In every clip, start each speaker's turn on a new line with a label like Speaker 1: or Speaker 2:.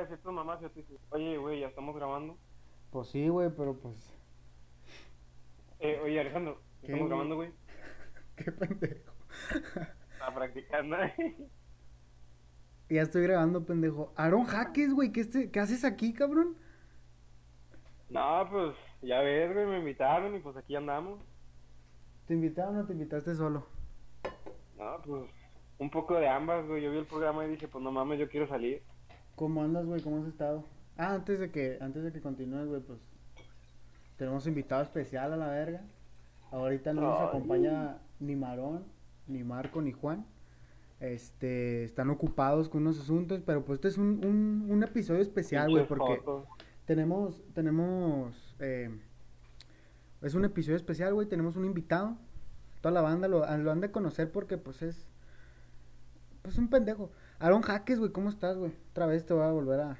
Speaker 1: espacio, te dije, oye, güey, ya estamos grabando.
Speaker 2: Pues sí, güey, pero pues.
Speaker 1: Eh, oye, Alejandro,
Speaker 2: ¿Qué,
Speaker 1: estamos
Speaker 2: güey?
Speaker 1: grabando, güey.
Speaker 2: Qué pendejo.
Speaker 1: Está practicando.
Speaker 2: ya estoy grabando, pendejo. Aaron Jaques, güey, ¿qué, este- ¿qué haces aquí, cabrón?
Speaker 1: no, pues, ya ves, güey, me invitaron y pues aquí andamos.
Speaker 2: ¿Te invitaron o te invitaste solo?
Speaker 1: No, pues, un poco de ambas, güey. Yo vi el programa y dije, pues no mames, yo quiero salir.
Speaker 2: ¿Cómo andas, güey? ¿Cómo has estado? Ah, antes de que, antes de que continúes, güey, pues. Tenemos invitado especial a la verga. Ahorita no nos
Speaker 1: Ay.
Speaker 2: acompaña ni Marón, ni Marco, ni Juan. Este, están ocupados con unos asuntos, pero pues este es un, un, un episodio especial, güey,
Speaker 1: Pinches
Speaker 2: porque.
Speaker 1: fotos.
Speaker 2: Tenemos, tenemos, eh, es un episodio especial, güey, tenemos un invitado. Toda la banda lo, lo han de conocer porque, pues, es, pues, un pendejo. Aaron Jaques, güey, ¿cómo estás, güey? Otra vez te voy a volver a,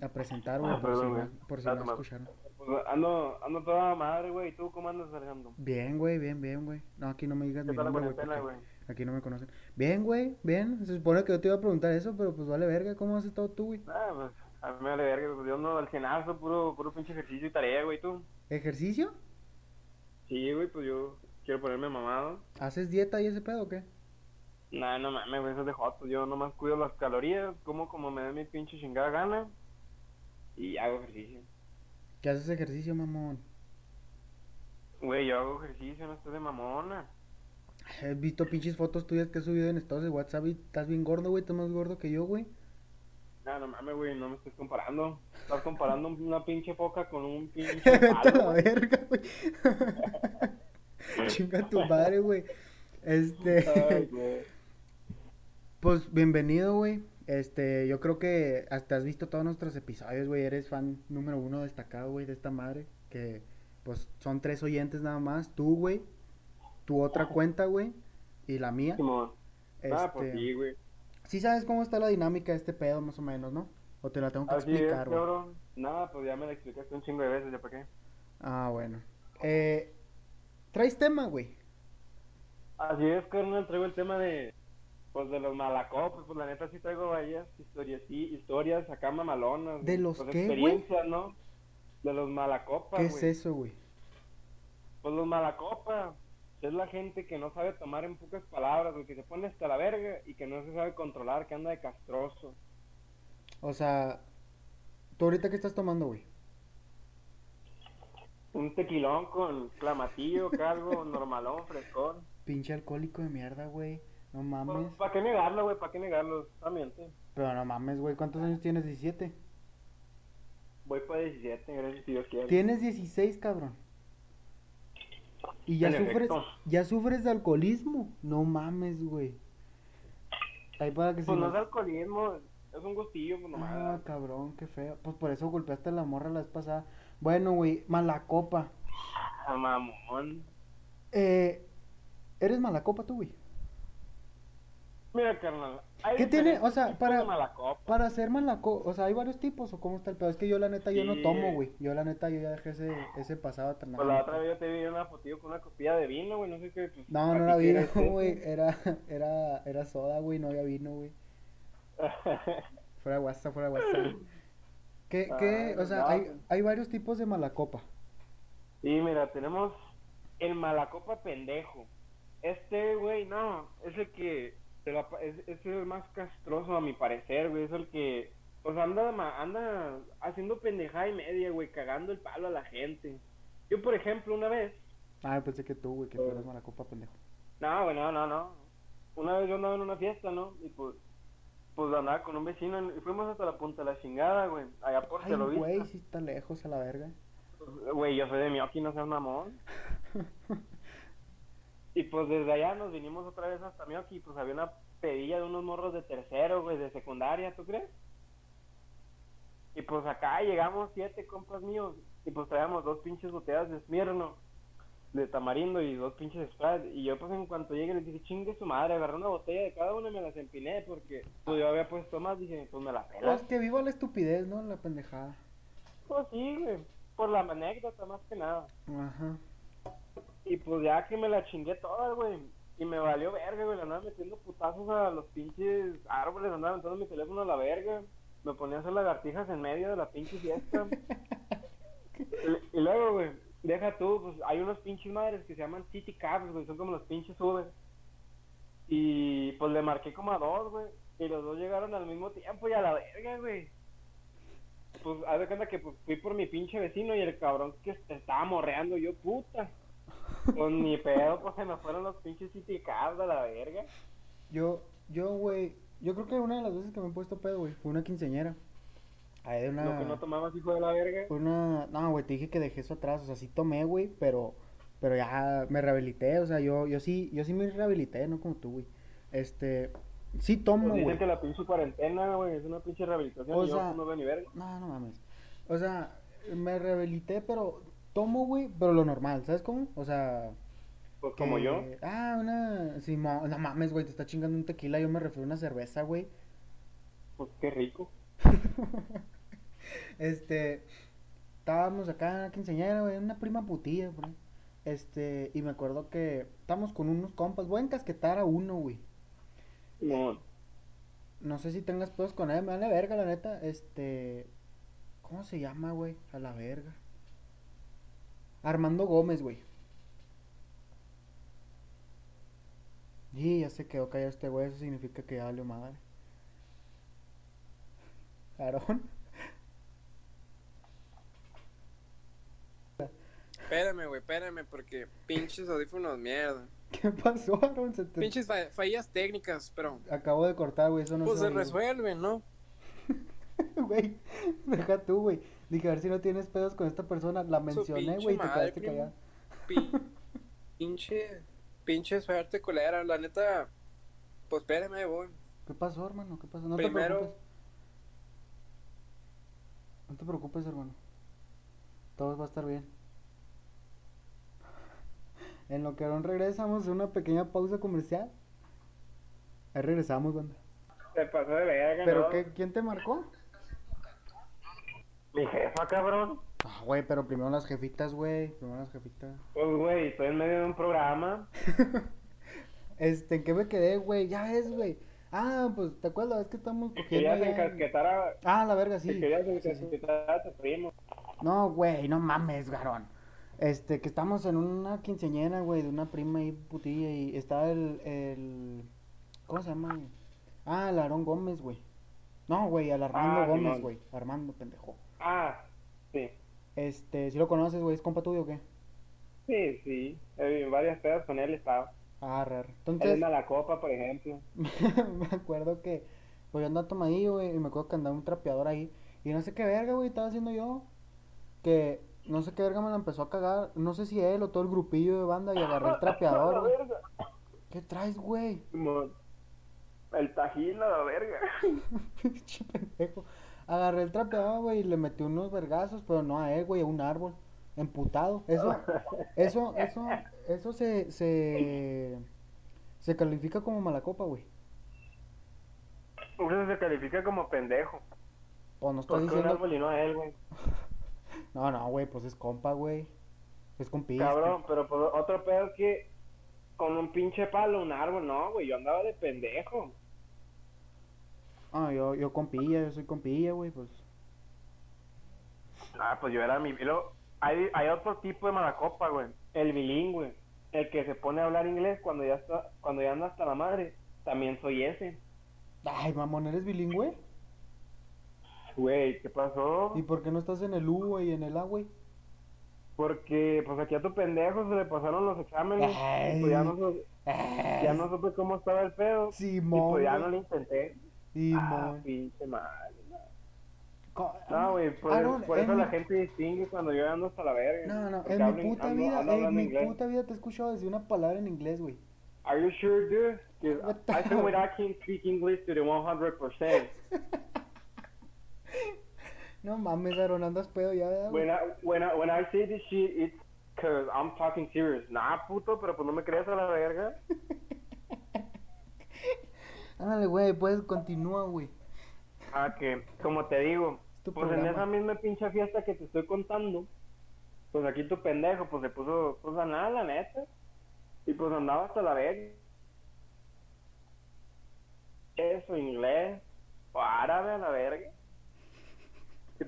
Speaker 2: a presentar, güey,
Speaker 1: Ah,
Speaker 2: por, si
Speaker 1: perdón,
Speaker 2: no-
Speaker 1: güey.
Speaker 2: por si
Speaker 1: Ah,
Speaker 2: no
Speaker 1: tomado.
Speaker 2: escucharon.
Speaker 1: Pues, ando, ando toda madre, güey. ¿Y tú cómo andas, Alejandro?
Speaker 2: Bien, güey, bien, bien, güey. No, aquí no me digas
Speaker 1: ¿Qué
Speaker 2: mi
Speaker 1: tal la
Speaker 2: nombre, güey,
Speaker 1: cuarentena,
Speaker 2: porque
Speaker 1: güey?
Speaker 2: aquí no me conocen. Bien, güey, bien. Se supone que yo te iba a preguntar eso, pero, pues, vale verga, ¿cómo has estado tú, güey?
Speaker 1: Ah, pues, a mí me vale verga, pues yo ando al cienazo, puro, puro pinche ejercicio y tarea, güey, ¿tú?
Speaker 2: ¿Ejercicio?
Speaker 1: Sí, güey, pues yo quiero ponerme mamado.
Speaker 2: ¿Haces dieta y ese pedo o qué?
Speaker 1: No, no mames, güey, eso es de joto. Yo nomás cuido las calorías, como como me da mi pinche chingada gana y hago ejercicio.
Speaker 2: ¿Qué haces ejercicio, mamón?
Speaker 1: Güey, yo hago ejercicio, no estoy de mamona.
Speaker 2: He visto pinches fotos tuyas que has subido en estados de WhatsApp y estás bien gordo, güey. Estás más gordo que yo, güey.
Speaker 1: No, no mames, güey, no me estés comparando. Estás comparando una pinche foca con un pinche
Speaker 2: Vete a
Speaker 1: palo,
Speaker 2: la
Speaker 1: güey.
Speaker 2: verga, güey. Chinga tu madre, güey.
Speaker 1: Ay,
Speaker 2: Este.
Speaker 1: güey.
Speaker 2: pues bienvenido, güey. Este, yo creo que hasta has visto todos nuestros episodios, güey. Eres fan número uno destacado, güey, de esta madre. Que, pues, son tres oyentes nada más. Tú, güey. Tu otra cuenta, güey. Y la mía.
Speaker 1: Simón. Ah, pues
Speaker 2: Este,
Speaker 1: sí, güey.
Speaker 2: Sí sabes cómo está la dinámica de este pedo, más o menos, ¿no? O te la tengo que
Speaker 1: Así
Speaker 2: explicar,
Speaker 1: es,
Speaker 2: güey.
Speaker 1: cabrón. Nada, pues ya me la explicaste un chingo de veces, ¿ya para qué?
Speaker 2: Ah, bueno. Eh, ¿Traes tema, güey?
Speaker 1: Así es, carnal, traigo el tema de, pues, de los malacopos, pues, la neta sí traigo varias historias, sí, historias acá mamalonas. güey.
Speaker 2: ¿De los
Speaker 1: pues,
Speaker 2: qué, güey?
Speaker 1: experiencias, ¿no? De los malacopas,
Speaker 2: ¿Qué
Speaker 1: güey.
Speaker 2: es eso, güey?
Speaker 1: Pues los malacopas es la gente que no sabe tomar en pocas palabras, güey, que se pone hasta la verga y que no se sabe controlar, que anda de castroso.
Speaker 2: O sea, ¿tú ahorita qué estás tomando, güey?
Speaker 1: Un tequilón con clamatillo, calvo, normalón, frescón.
Speaker 2: Pinche alcohólico de mierda, güey. No mames.
Speaker 1: ¿Para qué negarlo, güey? ¿Para qué negarlo? Exactamente.
Speaker 2: Pero no mames, güey. ¿Cuántos años tienes? 17.
Speaker 1: Voy para 17, gracias si Dios quiere.
Speaker 2: Tienes 16, cabrón. Y ya
Speaker 1: En
Speaker 2: sufres,
Speaker 1: efecto.
Speaker 2: ya sufres de alcoholismo. No mames, güey. Ahí para que se
Speaker 1: Pues no
Speaker 2: nos-
Speaker 1: es alcoholismo, es un gustillo, pues nomás.
Speaker 2: Ah, cabrón, qué feo. Pues por eso golpeaste a la morra la vez pasada. Bueno, güey, mala copa.
Speaker 1: Ah, mamón.
Speaker 2: Eh, ¿Eres mala copa tú, güey?
Speaker 1: Mira, carnal. hay
Speaker 2: ¿Qué tiene?
Speaker 1: diferentes
Speaker 2: O sea,
Speaker 1: tipos
Speaker 2: para-
Speaker 1: de mala copa.
Speaker 2: Para ser mala copa, o sea, hay varios tipos, ¿o cómo está el pedo? Es que yo la neta, yo no
Speaker 1: Sí.
Speaker 2: tomo, güey. Yo la neta, yo ya dejé ese, ese pasado atrás.
Speaker 1: Pues la otra vez yo te vi en una fotillo con una copilla de vino, güey. No sé qué. pues,
Speaker 2: No, no
Speaker 1: ¿a
Speaker 2: era
Speaker 1: ti qué
Speaker 2: vino,
Speaker 1: eres, eh?
Speaker 2: güey. Era, era, era soda, güey. No había vino, güey. Fuera WhatsApp, fuera WhatsApp. ¿Qué, qué?
Speaker 1: Ah,
Speaker 2: O sea,
Speaker 1: no,
Speaker 2: hay,
Speaker 1: pues.
Speaker 2: hay varios tipos de mala copa.
Speaker 1: Sí, mira, tenemos el malacopa pendejo. Este, güey, no, es el que te la pa- es, es el más castroso a mi parecer, güey, es el que pues anda ma- anda haciendo pendejada y media, güey, cagando el palo a la gente. Yo, por ejemplo, una vez,
Speaker 2: Ah, pensé que tú, güey, que tú
Speaker 1: Eh.
Speaker 2: eras mala copa, pendejo.
Speaker 1: no, güey, no, no, no. Una vez yo andaba en una fiesta, ¿no? Y pues pues andaba con un vecino en- y fuimos hasta la punta de la chingada, güey, allá por
Speaker 2: Ay,
Speaker 1: lo
Speaker 2: güey, sí está lejos a la verga.
Speaker 1: Güey, yo soy de Miyoki, no seas mamón. y pues desde allá nos vinimos otra vez hasta Miyoki. Pues había una pedilla de unos morros de tercero, güey, de secundaria, ¿tú crees? Y pues acá llegamos siete compas míos. Y pues traíamos dos pinches botellas de Esmirno, de tamarindo y dos pinches Sprite. Y yo, pues en cuanto llegué, les dije, chingue su madre, agarré una botella de cada uno y me las empiné. Porque pues, yo había puesto más, dije, pues me la pelas.
Speaker 2: Pues que viva la estupidez, ¿no? La pendejada.
Speaker 1: Pues sí, güey, por la anécdota más que nada.
Speaker 2: Ajá.
Speaker 1: Y pues ya que me la chingué toda, güey. Y me valió verga, güey. Le andaba metiendo putazos a los pinches árboles, andaba aventando mi teléfono a la verga. me ponía a hacer lagartijas en medio de la pinche fiesta. y, y luego, güey, deja tú, pues hay unos pinches madres que se llaman City Cabs, güey, son como los pinches Uber. Y pues le marqué como a dos, güey, y los dos llegaron al mismo tiempo y a la verga, güey. Pues haz de cuenta que pues, fui por mi pinche vecino y el cabrón que se estaba morreando, yo puta. Con mi pedo, pues se me fueron los pinches City Cabs a la verga.
Speaker 2: Yo, yo, güey, yo creo que una de las veces que me he puesto pedo, güey, fue una quinceñera. Ahí de una...
Speaker 1: Lo que no tomabas, hijo de la verga.
Speaker 2: Fue una... No, güey, te dije que dejé eso atrás. O sea, sí tomé, güey, pero... Pero ya me rehabilité. O sea, yo, yo sí yo sí me rehabilité, no como tú, güey. Este... Sí tomo,
Speaker 1: Pues
Speaker 2: güey.
Speaker 1: dicen que la pinche cuarentena, güey, es una pinche rehabilitación.
Speaker 2: O
Speaker 1: y
Speaker 2: sea-
Speaker 1: yo pues, no veo ni verga.
Speaker 2: No, no mames. O sea, me rehabilité, pero... Tomo, güey, pero lo normal, ¿sabes cómo? O sea...
Speaker 1: Pues como
Speaker 2: que-
Speaker 1: yo.
Speaker 2: Ah, una... Sí, mo- no mames, güey, te está chingando un tequila. Yo me refiero a una cerveza, güey.
Speaker 1: Pues qué rico.
Speaker 2: Este, estábamos acá en la quinceañera, güey, una prima putilla, güey. Este, y me acuerdo que estábamos con unos compas. Voy a encasquetar a uno, güey.
Speaker 1: No,
Speaker 2: No sé si tengas pedos con él, me vale verga, la neta. Este, ¿cómo se llama, güey? A la verga. Armando Gómez, güey. Y ya se quedó callado este güey, eso significa que ya valió madre. ¿Aarón?
Speaker 3: Espérame, güey, espérame, porque pinches audífonos, mierda.
Speaker 2: ¿Qué pasó, Aarón? Se te-
Speaker 3: Pinches fa- fallas técnicas, pero.
Speaker 2: Acabo de cortar, güey, eso no
Speaker 3: Pues se
Speaker 2: oye, güey.
Speaker 3: resuelven, ¿no?
Speaker 2: Güey, deja tú, güey. Dije, a ver si no tienes pedos con esta persona. La
Speaker 3: Su
Speaker 2: mencioné,
Speaker 3: pinche
Speaker 2: güey, y te
Speaker 3: madre,
Speaker 2: quedaste
Speaker 3: primo.
Speaker 2: callado.
Speaker 3: Pin- pinche. Pinche suerte culera, la neta. Pues espérame, voy.
Speaker 2: ¿Qué pasó, hermano? ¿Qué pasó? No te
Speaker 3: Primero-
Speaker 2: preocupes. No te preocupes, hermano. Todo va a estar bien. En lo que aún regresamos, una pequeña pausa comercial. Ahí regresamos, banda.
Speaker 1: se pasó de verga,
Speaker 2: ¿Pero
Speaker 1: ¿no?
Speaker 2: qué? ¿Quién te marcó?
Speaker 1: Mi jefa, cabrón.
Speaker 2: Ah, güey, pero primero las jefitas, güey. Primero las jefitas.
Speaker 1: Pues, güey, estoy en medio de un programa.
Speaker 2: Este, ¿en qué me quedé, güey? Ya ves, güey. Ah, pues, ¿te acuerdas? Es que estamos cogiendo
Speaker 1: Querías
Speaker 2: allá en-
Speaker 1: encasquetar a...
Speaker 2: Ah, la verga, sí.
Speaker 1: que Querías
Speaker 2: Sí, sí.
Speaker 1: encasquetar a tu primo.
Speaker 2: No, güey, no mames, garón. Este, que estamos en una quinceañera, güey, de una prima ahí putilla y está el, el... ¿Cómo se llama? güey? Ah, el Aarón Gómez, güey. No, güey, al Armando
Speaker 1: Ah,
Speaker 2: Gómez,
Speaker 1: Simón.
Speaker 2: güey. Armando, pendejo.
Speaker 1: Ah, sí.
Speaker 2: Este, si lo conoces, güey, ¿es compa tuyo o qué?
Speaker 1: Sí, sí. En varias pedas con él estaba.
Speaker 2: Ah, raro.
Speaker 1: Él
Speaker 2: Entonces,
Speaker 1: en la copa, por ejemplo.
Speaker 2: me acuerdo que, pues yo andaba tomadillo, güey, y me acuerdo que andaba un trapeador ahí, y no sé qué verga, güey, estaba haciendo yo, que no sé qué verga me la empezó a cagar, no sé si él o todo el grupillo de banda, y agarré el trapeador, güey. ¿Qué traes, güey?
Speaker 1: Como El tajín a la verga.
Speaker 2: Pinche pendejo. Agarré el trapeador, güey, y le metí unos vergazos, pero no a él, güey, a un árbol. Emputado. Eso, eso, eso, eso se, se, se califica como mala copa, güey.
Speaker 1: Eso se califica como pendejo.
Speaker 2: O no estoy
Speaker 1: Porque un
Speaker 2: diciendo.
Speaker 1: árbol y no a él, güey.
Speaker 2: No, no, güey, pues es compa, güey. Es compista.
Speaker 1: Cabrón, pero por otro pedo es que con un pinche palo, un árbol, no, güey. Yo andaba de pendejo.
Speaker 2: Ah, yo, yo compilla, yo soy compilla, güey, pues.
Speaker 1: Ah, pues yo era mi. y luego, hay, hay otro tipo de malacopa, güey. El bilingüe. El que se pone a hablar inglés cuando ya está, cuando ya anda hasta la madre. También soy ese.
Speaker 2: Ay, mamón, ¿eres bilingüe?
Speaker 1: Güey, ¿qué pasó?
Speaker 2: ¿Y por qué no estás en el U, güey, y en el A, güey?
Speaker 1: Porque, pues aquí a tu pendejo se le pasaron los exámenes.
Speaker 2: Ay.
Speaker 1: Y pues ya no, so- ya no supe cómo estaba el pedo. Ah. y
Speaker 2: Simón.
Speaker 1: pues ya
Speaker 2: güey,
Speaker 1: no lo intenté. Ah,
Speaker 2: Simón.
Speaker 1: pinche madre.
Speaker 2: Co-
Speaker 1: No, güey, por,
Speaker 2: Aaron,
Speaker 1: por
Speaker 2: en
Speaker 1: eso la
Speaker 2: Ah, mi-
Speaker 1: gente distingue cuando yo ando hasta la verga.
Speaker 2: No, no,
Speaker 1: Porque
Speaker 2: en mi
Speaker 1: hablo-
Speaker 2: puta
Speaker 1: ando-
Speaker 2: vida,
Speaker 1: ando
Speaker 2: en
Speaker 1: hablando
Speaker 2: mi
Speaker 1: inglés.
Speaker 2: puta vida te he escuchado decir una palabra en inglés, güey.
Speaker 1: Are you sure, dude? 'Cause
Speaker 2: What the
Speaker 1: I think
Speaker 2: hell?
Speaker 1: I can speak English to the 100%.
Speaker 2: No mames, Aaron, andas pedo ya, ¿verdad, güey?
Speaker 1: When I, when I, when I say this shit, it's because I'm talking serious. Nah, puto, pero pues no me creas a la verga.
Speaker 2: Ándale, güey, pues continúa, güey.
Speaker 1: Ah, que, como te digo,
Speaker 2: Es tu
Speaker 1: pues en
Speaker 2: programa.
Speaker 1: esa misma pinche fiesta que te estoy contando, pues aquí tu pendejo, pues se puso, pues a nada, la neta. Y pues andaba hasta la verga. Eso, inglés, o árabe a la verga.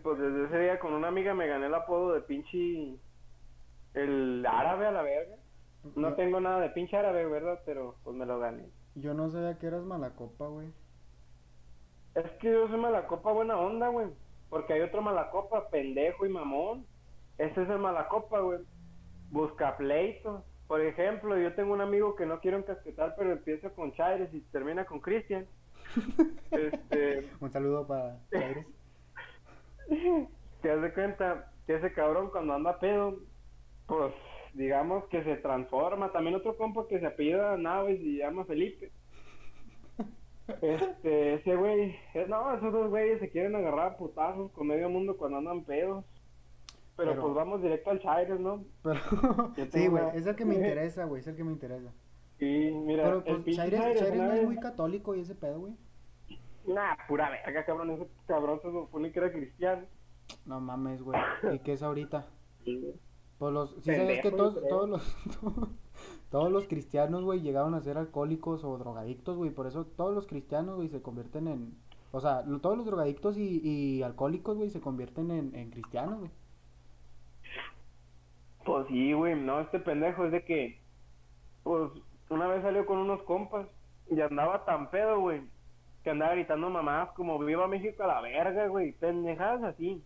Speaker 1: pues desde ese día con una amiga me gané el apodo de pinche. El árabe a la verga. No
Speaker 2: Yo-
Speaker 1: tengo nada de pinche árabe, ¿verdad? Pero pues me lo gané.
Speaker 2: Yo no sabía que eras mala copa, güey.
Speaker 1: Es que yo soy malacopa buena onda, güey. Porque hay otro malacopa, pendejo y mamón. Ese es el malacopa, güey. Busca pleito. Por ejemplo, yo tengo un amigo que no quiero encasquetar, pero empieza con Chaires y termina con Cristian. este,
Speaker 2: Un saludo para Chaires.
Speaker 1: te das de cuenta que ese cabrón cuando anda pedo, pues digamos que se transforma. También otro compa que se apellida Naves y se llama Felipe. Este, ese güey, eh, no, esos dos güeyes se quieren agarrar a putazos con medio mundo cuando andan pedos. Pero,
Speaker 2: Pero-
Speaker 1: pues vamos directo al Chaires, ¿no?
Speaker 2: Pero,
Speaker 1: Yo
Speaker 2: sí,
Speaker 1: tengo
Speaker 2: güey,
Speaker 1: una-
Speaker 2: es el que me interesa, güey, es el que me interesa.
Speaker 1: Y mira,
Speaker 2: Pero
Speaker 1: el
Speaker 2: pues
Speaker 1: pinche
Speaker 2: Chaires, Chaires
Speaker 1: una
Speaker 2: no es
Speaker 1: vez-
Speaker 2: muy católico y ese pedo, güey.
Speaker 1: Nah, pura verga, cabrón. Ese cabrón se supone que era cristiano.
Speaker 2: No mames, güey. ¿Y qué es ahorita?
Speaker 1: Sí,
Speaker 2: Pues los, sí sabes
Speaker 1: Pendejo,
Speaker 2: que
Speaker 1: yo
Speaker 2: todos,
Speaker 1: creo.
Speaker 2: todos los todos, los cristianos, güey, llegaron a ser alcohólicos o drogadictos, güey, por eso todos los cristianos, güey, se convierten en, o sea, lo- todos los drogadictos y, y alcohólicos, güey, se convierten en, en cristianos, güey.
Speaker 1: Pues sí, güey, no, este pendejo es de que, pues, una vez salió con unos compas y andaba tan pedo, güey, que andaba gritando mamás como viva México a la verga, güey, pendejadas así.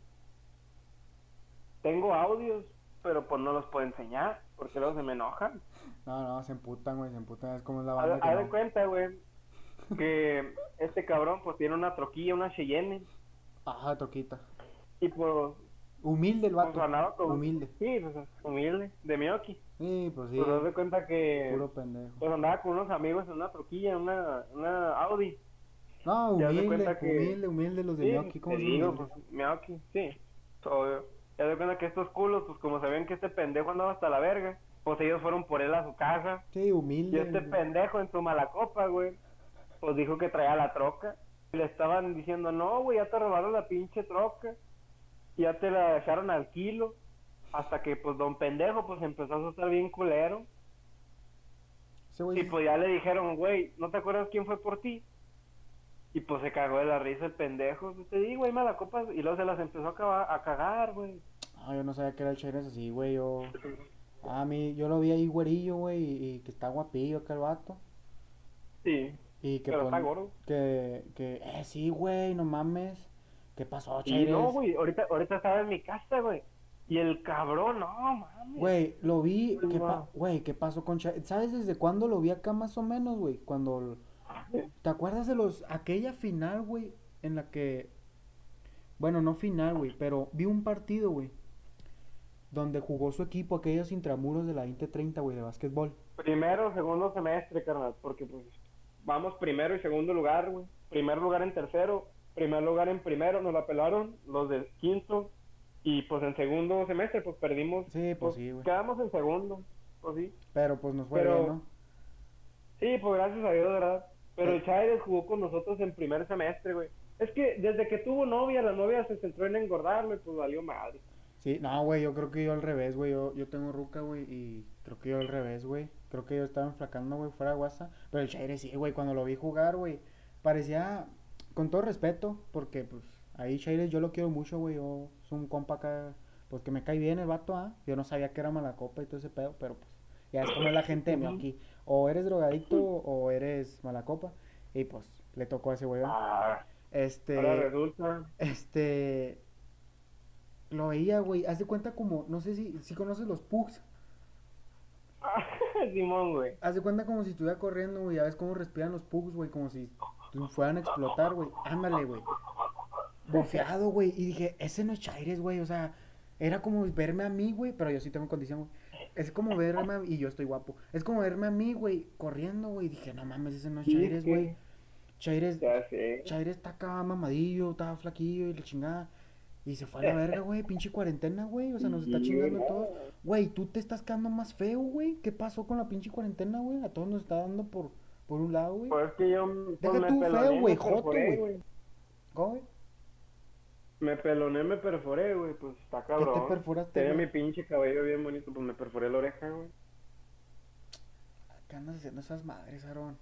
Speaker 1: Tengo audios, pero pues no los puedo enseñar, porque luego se me enojan.
Speaker 2: No, no, se emputan, güey, se emputan, es como la
Speaker 1: Haz
Speaker 2: banda que
Speaker 1: haz de
Speaker 2: no-
Speaker 1: cuenta, güey, que este cabrón pues tiene una troquilla, una Cheyenne,
Speaker 2: Ajá, troquita.
Speaker 1: y pues,
Speaker 2: Humilde el
Speaker 1: pues
Speaker 2: vato.
Speaker 1: andaba con...
Speaker 2: Humilde.
Speaker 1: Sí, pues, humilde, de Miyoki.
Speaker 2: Sí, pues sí,
Speaker 1: Pues haz de cuenta que...
Speaker 2: puro pendejo.
Speaker 1: Pues andaba con unos amigos en una troquilla, en una, una Audi.
Speaker 2: No,
Speaker 1: te das de
Speaker 2: humilde,
Speaker 1: cuenta que-
Speaker 2: humilde, humilde los de
Speaker 1: Sí,
Speaker 2: Gnocchi, ¿cómo
Speaker 1: te
Speaker 2: son
Speaker 1: digo,
Speaker 2: humildes?
Speaker 1: pues, Miyoki, sí. Obvio. Ya de cuenta que estos culos, pues como sabían que este pendejo andaba hasta la verga, pues ellos fueron por él a su casa.
Speaker 2: Sí,
Speaker 1: Y
Speaker 2: humilde.
Speaker 1: este pendejo en su mala copa, güey, pues dijo que traía la troca. Y le estaban diciendo, no, güey, ya te robaron la pinche troca. Ya te la dejaron al kilo. Hasta que, pues, don pendejo, pues empezó a asustar bien culero.
Speaker 2: Ese güey
Speaker 1: Y
Speaker 2: sí-
Speaker 1: pues ya le dijeron, güey, ¿no te acuerdas quién fue por ti? Y pues se cagó de la risa el pendejo. Pues, Te digo, güey, mala copa. Y luego se las empezó a, cava- a cagar, güey.
Speaker 2: Ah, yo no sabía que era el Chaires así, güey. Yo... A mí, yo lo vi ahí güerillo, güey, y, y que está guapillo acá el vato.
Speaker 1: Sí.
Speaker 2: Y que
Speaker 1: Pero está
Speaker 2: pon-
Speaker 1: gordo.
Speaker 2: Que, que, eh, sí, güey, no mames. ¿Qué pasó,
Speaker 1: Y
Speaker 2: Chaires?
Speaker 1: no, güey, ahorita, ahorita estaba en mi casa, güey. Y el cabrón, no, mames.
Speaker 2: Güey, lo vi,
Speaker 1: Pues,
Speaker 2: ¿qué pa-
Speaker 1: va.
Speaker 2: güey, ¿qué pasó con Chaires? ¿Sabes desde cuándo lo vi acá más o menos, güey? Cuando, l- ¿te acuerdas de los, aquella final, güey, en la que, bueno, no final, güey, pero vi un partido, güey, donde jugó su equipo, aquellos intramuros de la 2030, güey, de básquetbol.
Speaker 1: Primero, segundo semestre, carnal. Porque, pues, vamos primero y segundo lugar, güey. Primer lugar en tercero. Primer lugar en primero. Nos la pelaron los del quinto. Y, pues, en segundo semestre, pues, perdimos.
Speaker 2: Sí, pues sí, güey.
Speaker 1: Quedamos en segundo. Pues, sí.
Speaker 2: Pero pues nos fue
Speaker 1: Pero-
Speaker 2: bien, ¿no?
Speaker 1: Sí, pues gracias a Dios, ¿verdad? Pero
Speaker 2: Sí.
Speaker 1: el Chaires jugó con nosotros en primer semestre, güey. Es que desde que tuvo novia, la novia se centró en engordarme, pues valió madre.
Speaker 2: Sí, no, güey, yo creo que yo al revés, güey. Yo, yo tengo ruca, güey, y creo que yo al revés, güey. Creo que yo estaba enflacando, güey, fuera de guasa. Pero el Chaire sí, güey, cuando lo vi jugar, güey, parecía, con todo respeto, porque pues ahí Chaire yo lo quiero mucho, güey. Yo soy un compa acá, pues que me cae bien el vato, ¿ah? Yo no sabía que era mala copa y todo ese pedo, pero pues ya es como es la gente de
Speaker 1: Ujú.
Speaker 2: Milwaukee. O eres drogadicto o eres mala copa. Y pues le tocó a ese güey, ¿verdad?
Speaker 1: Ah,
Speaker 2: Este.
Speaker 1: Ahora resulta.
Speaker 2: Este. Lo veía, güey. Haz de cuenta como. No sé si, si conoces los pugs.
Speaker 1: Simón, güey.
Speaker 2: Haz de cuenta como si estuviera corriendo, güey. Ya ves cómo respiran los pugs, güey. Como si fueran a explotar, güey. Ándale, güey. Bofeado, güey. Y dije, ese no es Chaires, güey. O sea, era como verme a mí, güey. Pero yo sí tengo condición, güey. Es como verme a mí. Y yo estoy guapo. Es como verme a mí, güey. Corriendo, güey. Dije, no mames, ese no es
Speaker 1: Sí, es
Speaker 2: Chaires,
Speaker 1: que-
Speaker 2: güey. Chaires.
Speaker 1: Ya sé.
Speaker 2: Chaire está acá mamadillo, está flaquillo y la chingada. Y se fue a la verga, güey, pinche cuarentena, güey. O sea, nos está
Speaker 1: Sí,
Speaker 2: chingando a
Speaker 1: no.
Speaker 2: todos. Güey, tú te estás quedando más feo, güey. ¿Qué pasó con la pinche cuarentena, güey? A todos nos está dando por, por un lado, güey.
Speaker 1: Pues es que yo.
Speaker 2: Deja
Speaker 1: pues, me
Speaker 2: tú feo,
Speaker 1: peloné,
Speaker 2: güey,
Speaker 1: me perforé,
Speaker 2: joto, güey. ¿Cómo, güey?
Speaker 1: Me peloné, me perforé, güey. Pues está
Speaker 2: ¿Qué
Speaker 1: cabrón.
Speaker 2: te perforaste,
Speaker 1: Tenía
Speaker 2: güey?
Speaker 1: mi pinche cabello bien bonito, pues me perforé la oreja, güey.
Speaker 2: ¿Qué andas haciendo esas madres, Aarón?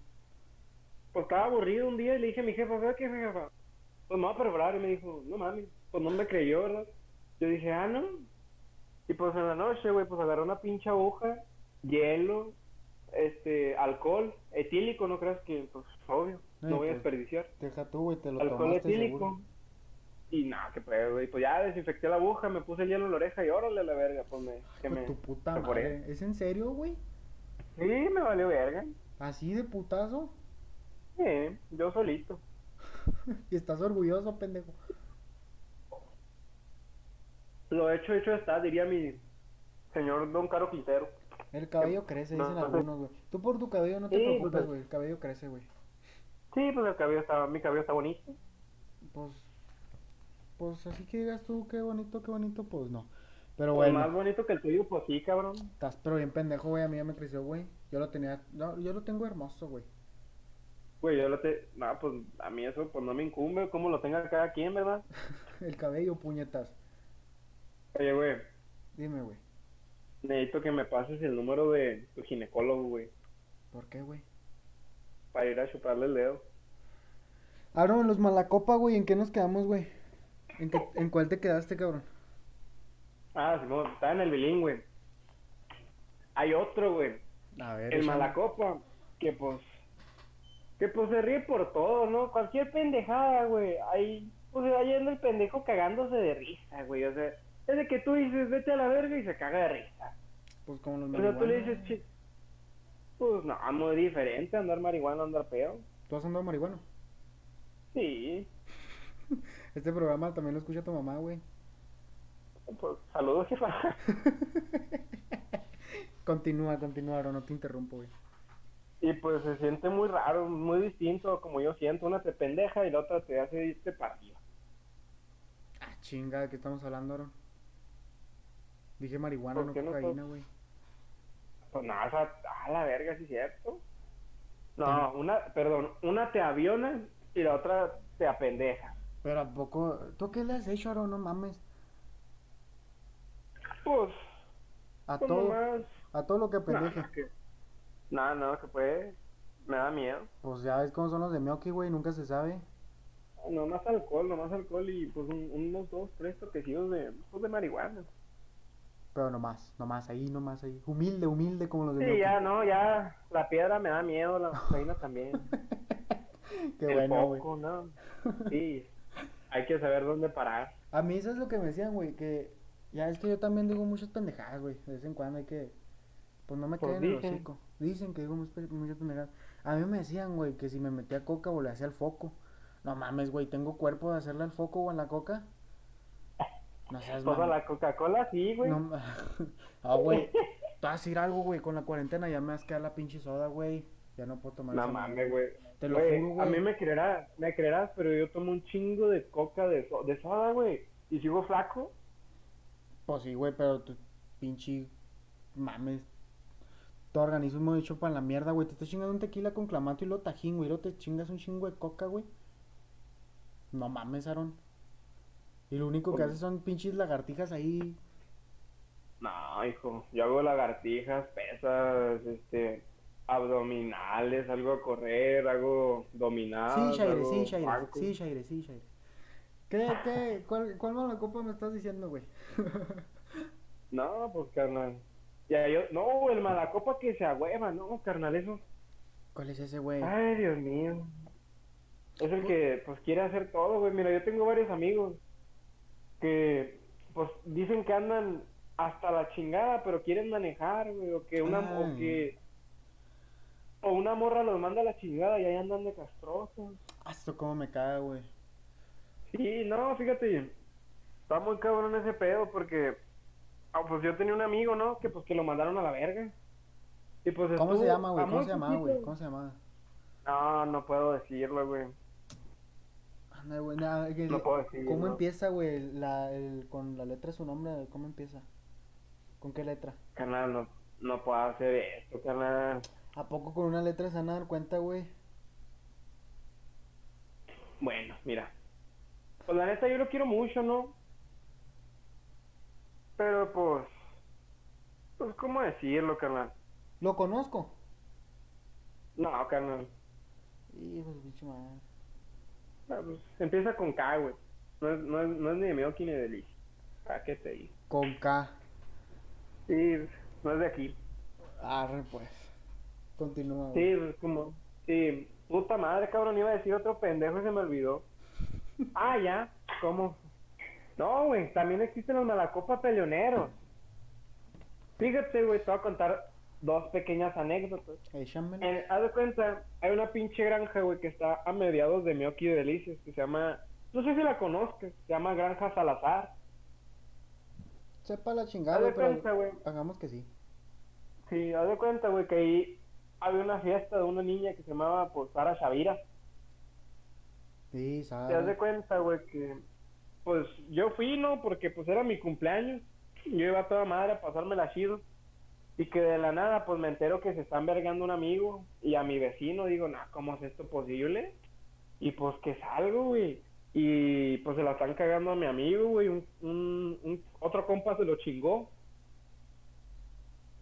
Speaker 1: Pues estaba aburrido un día y le dije a mi jefa, ¿sabes qué, jefa? pues me voy a perforar. Y me dijo, no mames, pues no me creyó, ¿verdad? Yo dije, ah, no. Y pues en la noche, güey, pues agarró una pinche aguja, hielo, este, alcohol, etílico, no creas que, pues, obvio,
Speaker 2: Ay,
Speaker 1: no voy a
Speaker 2: pues,
Speaker 1: desperdiciar.
Speaker 2: Deja tú, güey, te lo
Speaker 1: Alcohol
Speaker 2: tomaste
Speaker 1: etílico.
Speaker 2: seguro.
Speaker 1: Y no, que pedo, güey. Pues ya desinfecté la aguja, me puse el hielo en la oreja y órale a la verga, pues me. Que
Speaker 2: Hijo de
Speaker 1: me
Speaker 2: tu puta
Speaker 1: me foré.
Speaker 2: madre. ¿Es en serio, güey?
Speaker 1: Sí, me valió verga.
Speaker 2: ¿Así de putazo?
Speaker 1: Sí, yo solito.
Speaker 2: Y estás orgulloso, pendejo.
Speaker 1: Lo hecho, hecho está, diría mi señor Don Caro Quintero.
Speaker 2: El cabello crece,
Speaker 1: No,
Speaker 2: dicen
Speaker 1: no sé.
Speaker 2: algunos, güey. Tú por tu cabello no te
Speaker 1: Sí,
Speaker 2: preocupes,
Speaker 1: pues,
Speaker 2: güey. El cabello crece, güey.
Speaker 1: Sí, pues el cabello está, mi cabello está bonito.
Speaker 2: Pues. Pues así que digas tú, qué bonito, qué bonito, pues no. Pero
Speaker 1: Pues
Speaker 2: bueno,
Speaker 1: más bonito que el tuyo, pues sí, cabrón.
Speaker 2: estás pero bien pendejo, güey. A mí ya me creció, güey. Yo lo tenía. no, yo lo tengo hermoso, güey.
Speaker 1: Güey, yo lo te. No, pues a mí eso pues no me incumbe, como lo tenga cada quien, ¿verdad?
Speaker 2: El cabello, puñetas.
Speaker 1: Oye, güey,
Speaker 2: Dime, güey.
Speaker 1: necesito que me pases el número de tu ginecólogo, güey,
Speaker 2: ¿Por qué, güey?
Speaker 1: para ir a chuparle el dedo.
Speaker 2: Ahora, los Malacopa, güey. ¿En qué nos quedamos, güey? ¿En, qué- ¿En cuál te quedaste, cabrón?
Speaker 1: Ah, Simón, está en el bilingüe. Hay otro, güey.
Speaker 2: A ver.
Speaker 1: El
Speaker 2: échale.
Speaker 1: Malacopa, que pues, que pues se ríe por todo, ¿no? Cualquier pendejada, güey. Ahí, pues se va yendo el pendejo cagándose de risa, güey. O sea, es de que tú dices, vete a la verga y se caga de risa.
Speaker 2: Pues como los
Speaker 1: O sea, tú le
Speaker 2: marihuanos,
Speaker 1: dices,
Speaker 2: güey.
Speaker 1: "Chi- pues no, muy diferente andar marihuana, andar pedo.
Speaker 2: ¿Tú has andado marihuano?
Speaker 1: Sí,
Speaker 2: Este programa también lo escucha tu mamá, güey.
Speaker 1: pues saludos, jefa.
Speaker 2: Continúa, continúa, ahora no te interrumpo, güey.
Speaker 1: Y pues se siente muy raro, muy distinto a como yo siento. Una te pendeja y la otra te hace este irte para arriba.
Speaker 2: Ah, chinga, ¿de qué estamos hablando, Aaron? Dije marihuana,
Speaker 1: ¿Por
Speaker 2: no
Speaker 1: qué no
Speaker 2: cocaína, güey.
Speaker 1: Pues nada, o sea, a la verga, sí es cierto. No, una, perdón, una te aviona y la otra te apendeja.
Speaker 2: Pero ¿a poco? ¿Tú qué le has hecho, Aaron? No mames.
Speaker 1: Pues,
Speaker 2: A
Speaker 1: como
Speaker 2: todo,
Speaker 1: más.
Speaker 2: a todo lo que
Speaker 1: No,
Speaker 2: pendeje.
Speaker 1: no, que- no, no, que puede. Me da miedo.
Speaker 2: Pues ya ves cómo son los de Miyoki, güey, nunca se sabe.
Speaker 1: Nomás alcohol, nomás alcohol y pues un- unos dos, tres toquecidos de, pues, de marihuana.
Speaker 2: Pero nomás, nomás ahí, nomás ahí. Humilde, humilde como los de
Speaker 1: Sí,
Speaker 2: Miyoki.
Speaker 1: ya, no, ya. La piedra me da miedo, la cocaína también.
Speaker 2: Qué
Speaker 1: el
Speaker 2: bueno, güey.
Speaker 1: foco, no. Sí, hay que saber dónde parar.
Speaker 2: A mí eso es lo que me decían, güey, que ya es que yo también digo muchas pendejadas, güey. De vez en cuando hay que... Pues no me
Speaker 1: Pues
Speaker 2: queden en el
Speaker 1: dicen.
Speaker 2: hocico. Dicen que digo muchas pe- muchas pendejadas. A mí me decían, güey, que si me metía coca o le hacía el foco. No mames, güey, ¿tengo cuerpo de hacerle al foco o en la coca? No seas
Speaker 1: Pues a
Speaker 2: mamón.
Speaker 1: la Coca-Cola sí, güey.
Speaker 2: No ma- Ah, güey, te vas a decir algo, güey, con la cuarentena ya me vas a quedar la pinche soda, güey. Ya no puedo tomar
Speaker 1: No
Speaker 2: esa madre.
Speaker 1: mames, güey.
Speaker 2: Te lo
Speaker 1: Güey,
Speaker 2: juro,
Speaker 1: A
Speaker 2: güey.
Speaker 1: mí me creerás, me creerás, pero yo tomo un chingo de coca de, so- de soda, güey. Y sigo flaco.
Speaker 2: Pues sí, güey, pero tu pinche mames. Tu organismo hecho para la mierda, güey. Te estás chingando un tequila con clamato y lo tajín, güey. Y luego te chingas un chingo de coca, güey. No mames, Aaron. Y lo único que
Speaker 1: Oye.
Speaker 2: haces son pinches lagartijas ahí.
Speaker 1: No, hijo. Yo hago lagartijas, pesas, este, abdominales, salgo a correr, hago dominadas.
Speaker 2: sí, Shaire,
Speaker 1: hago
Speaker 2: sí, Shaire.
Speaker 1: Ah, banco.
Speaker 2: Sí, Shaire, sí, Shaire. ¿Qué, qué? ¿Cuál, cuál mala copa me estás diciendo, güey?
Speaker 1: No, pues, carnal. Ya yo, no, el malacopa que se agüeva, no, carnal, eso.
Speaker 2: ¿Cuál es ese, güey?
Speaker 1: Ay, Dios mío. Es el que, pues, quiere hacer todo, güey. Mira, yo tengo varios amigos que, pues, dicen que andan hasta la chingada, pero quieren manejar, güey. O que una, o
Speaker 2: Ay.
Speaker 1: que... O una morra los manda a la chingada y ahí andan de castrosos.
Speaker 2: Ah, Esto cómo me caga, güey.
Speaker 1: Sí, no, fíjate, está muy cabrón ese pedo porque, ah, pues yo tenía un amigo, ¿no? Que pues que lo mandaron a la verga. Y pues
Speaker 2: ¿Cómo
Speaker 1: estuvo
Speaker 2: se llama, güey?
Speaker 1: a
Speaker 2: ¿Cómo
Speaker 1: muy
Speaker 2: se llama, güey?
Speaker 1: poquito.
Speaker 2: ¿Cómo se llama?
Speaker 1: No, no puedo decirlo, güey.
Speaker 2: Anda, güey, nada, que-
Speaker 1: No puedo decirlo.
Speaker 2: ¿Cómo empieza, güey? La, el- con la letra de su nombre, ¿cómo empieza? ¿Con qué letra?
Speaker 1: Carnal, no, no puedo hacer esto, carnal.
Speaker 2: ¿A poco con una letra se van a dar cuenta, güey?
Speaker 1: Bueno, mira. Pues la neta yo lo quiero mucho, ¿no? Pero pues, pues cómo decirlo, carnal.
Speaker 2: ¿Lo conozco?
Speaker 1: No, carnal.
Speaker 2: Hijo de su pinche madre.
Speaker 1: Ah, pues, empieza con K, güey. No es, no es, no es ni de Miyoki ni de Liz. ¿Para qué te digo?
Speaker 2: Con K.
Speaker 1: Sí, no es de aquí.
Speaker 2: Arre, pues. Continúa, güey.
Speaker 1: Sí, pues, como. Sí, puta madre, cabrón, iba a decir otro pendejo y se me olvidó. Ah, ya, ¿cómo? No, güey, también existen los malacopa peleoneros. Fíjate, güey, te voy a contar dos pequeñas anécdotas.
Speaker 2: Échamela.
Speaker 1: Eh, haz de cuenta, hay una pinche granja, güey, que está a mediados de Miyoki y Delicias, que se llama, no sé si la conozcas, se llama Granja Salazar.
Speaker 2: Sepa la chingada,
Speaker 1: Haz de
Speaker 2: güey, pero
Speaker 1: cuenta, güey.
Speaker 2: hagamos que sí.
Speaker 1: Sí, haz de cuenta, güey, que ahí había una fiesta de una niña que se llamaba, pues, Sara Shavira.
Speaker 2: Sí,
Speaker 1: Te das de
Speaker 2: sabe.
Speaker 1: cuenta, güey, que pues yo fui, ¿no? Porque pues era mi cumpleaños. Yo iba a toda madre a pasármela chido. Y que de la nada, pues me entero que se están vergando un amigo y a mi vecino. Digo, no, ¿cómo es esto posible? Y pues que salgo, güey. Y pues se la están cagando a mi amigo, güey. Un, un- un- otro compa se lo chingó.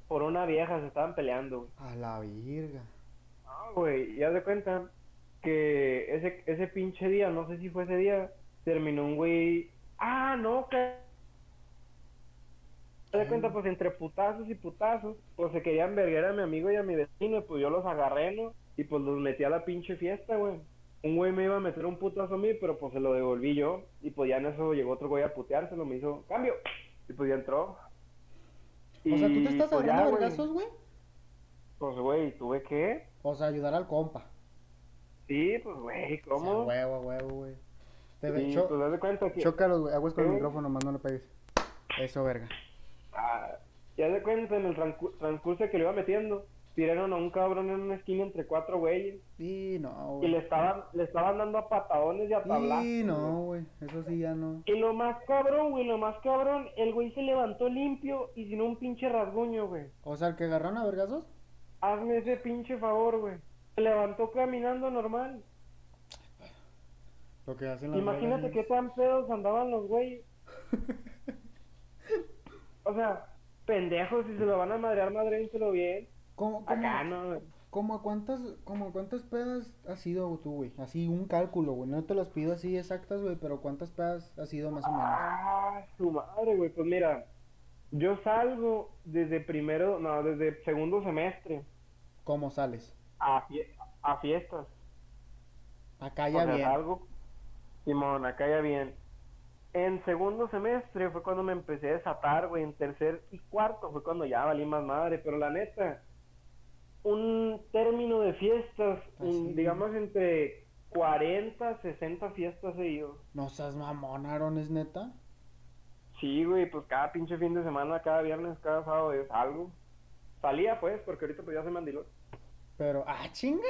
Speaker 1: Por una vieja se estaban peleando, güey.
Speaker 2: A la virga.
Speaker 1: No, güey, ya de cuenta que ese, ese pinche día, no sé si fue ese día, terminó un güey. Ah, no, que. Ya de cuenta, pues entre putazos y putazos, pues se querían verguer a mi amigo y a mi vecino, y pues yo los agarré, ¿no? Y pues los metí a la pinche fiesta, güey. Un güey me iba a meter un putazo a mí, pero pues se lo devolví yo. Y pues ya en eso llegó otro güey a puteárselo, me hizo cambio. Y pues ya entró.
Speaker 2: O sea, ¿tú te estás
Speaker 1: pues, ya,
Speaker 2: agarrando
Speaker 1: güey,
Speaker 2: vergazos, güey?
Speaker 1: Pues güey, tuve que.
Speaker 2: O sea, ayudar al compa.
Speaker 1: Sí, pues güey,
Speaker 2: O sea,
Speaker 1: ¿cómo?
Speaker 2: huevo, huevo, güey. Te ve-
Speaker 1: Sí,
Speaker 2: cho-
Speaker 1: pues haz de cuenta que.
Speaker 2: Chócalos, güey. Aguas con el
Speaker 1: ¿Eh?
Speaker 2: micrófono, más no lo pegues. Eso, verga.
Speaker 1: ah, ya de cuenta en el trancu- transcurso que le iba metiendo, tiraron a un cabrón en una esquina entre cuatro güeyes
Speaker 2: Y no,
Speaker 1: y le
Speaker 2: güey.
Speaker 1: estaban, le estaban dando a patadones y a tablazos.
Speaker 2: Y no,
Speaker 1: güey.
Speaker 2: güey. Eso sí ya no.
Speaker 1: Y lo más cabrón, güey, lo más cabrón, el güey se levantó limpio y sin un pinche rasguño, güey.
Speaker 2: O sea, el que agarraron a vergazos.
Speaker 1: Hazme ese pinche favor, güey. Se levantó caminando normal.
Speaker 2: Lo que hacen las
Speaker 1: Imagínate
Speaker 2: vergas,
Speaker 1: qué tan pedos andaban los güeyes. o sea, pendejos, si se lo van a madrear, madrénselo bien.
Speaker 2: ¿Cómo, cómo,
Speaker 1: Acá no, güey.
Speaker 2: cómo a cuántas, como a cuántas pedas has sido tú, güey? Así un cálculo, güey. No te las pido así exactas, güey, pero cuántas pedas has sido más o menos.
Speaker 1: Ah, su madre, güey. Pues mira, yo salgo desde primero, no, desde segundo semestre
Speaker 2: ¿Cómo sales?
Speaker 1: a, fie- a fiestas.
Speaker 2: Acá
Speaker 1: O
Speaker 2: ya
Speaker 1: sea,
Speaker 2: bien.
Speaker 1: salgo. Simón, acá ya bien. En segundo semestre fue cuando me empecé a desatar, güey. En tercer y cuarto fue cuando ya valí más madre. Pero la neta, un término de fiestas, un-
Speaker 2: Así.
Speaker 1: digamos entre 40, 60 fiestas seguidos.
Speaker 2: No seas mamón, Aaron, es neta.
Speaker 1: Sí, güey, pues cada pinche fin de semana, cada viernes, cada sábado es algo. Salía, pues, porque ahorita pues ya se mandiló.
Speaker 2: Pero, ah, chinga.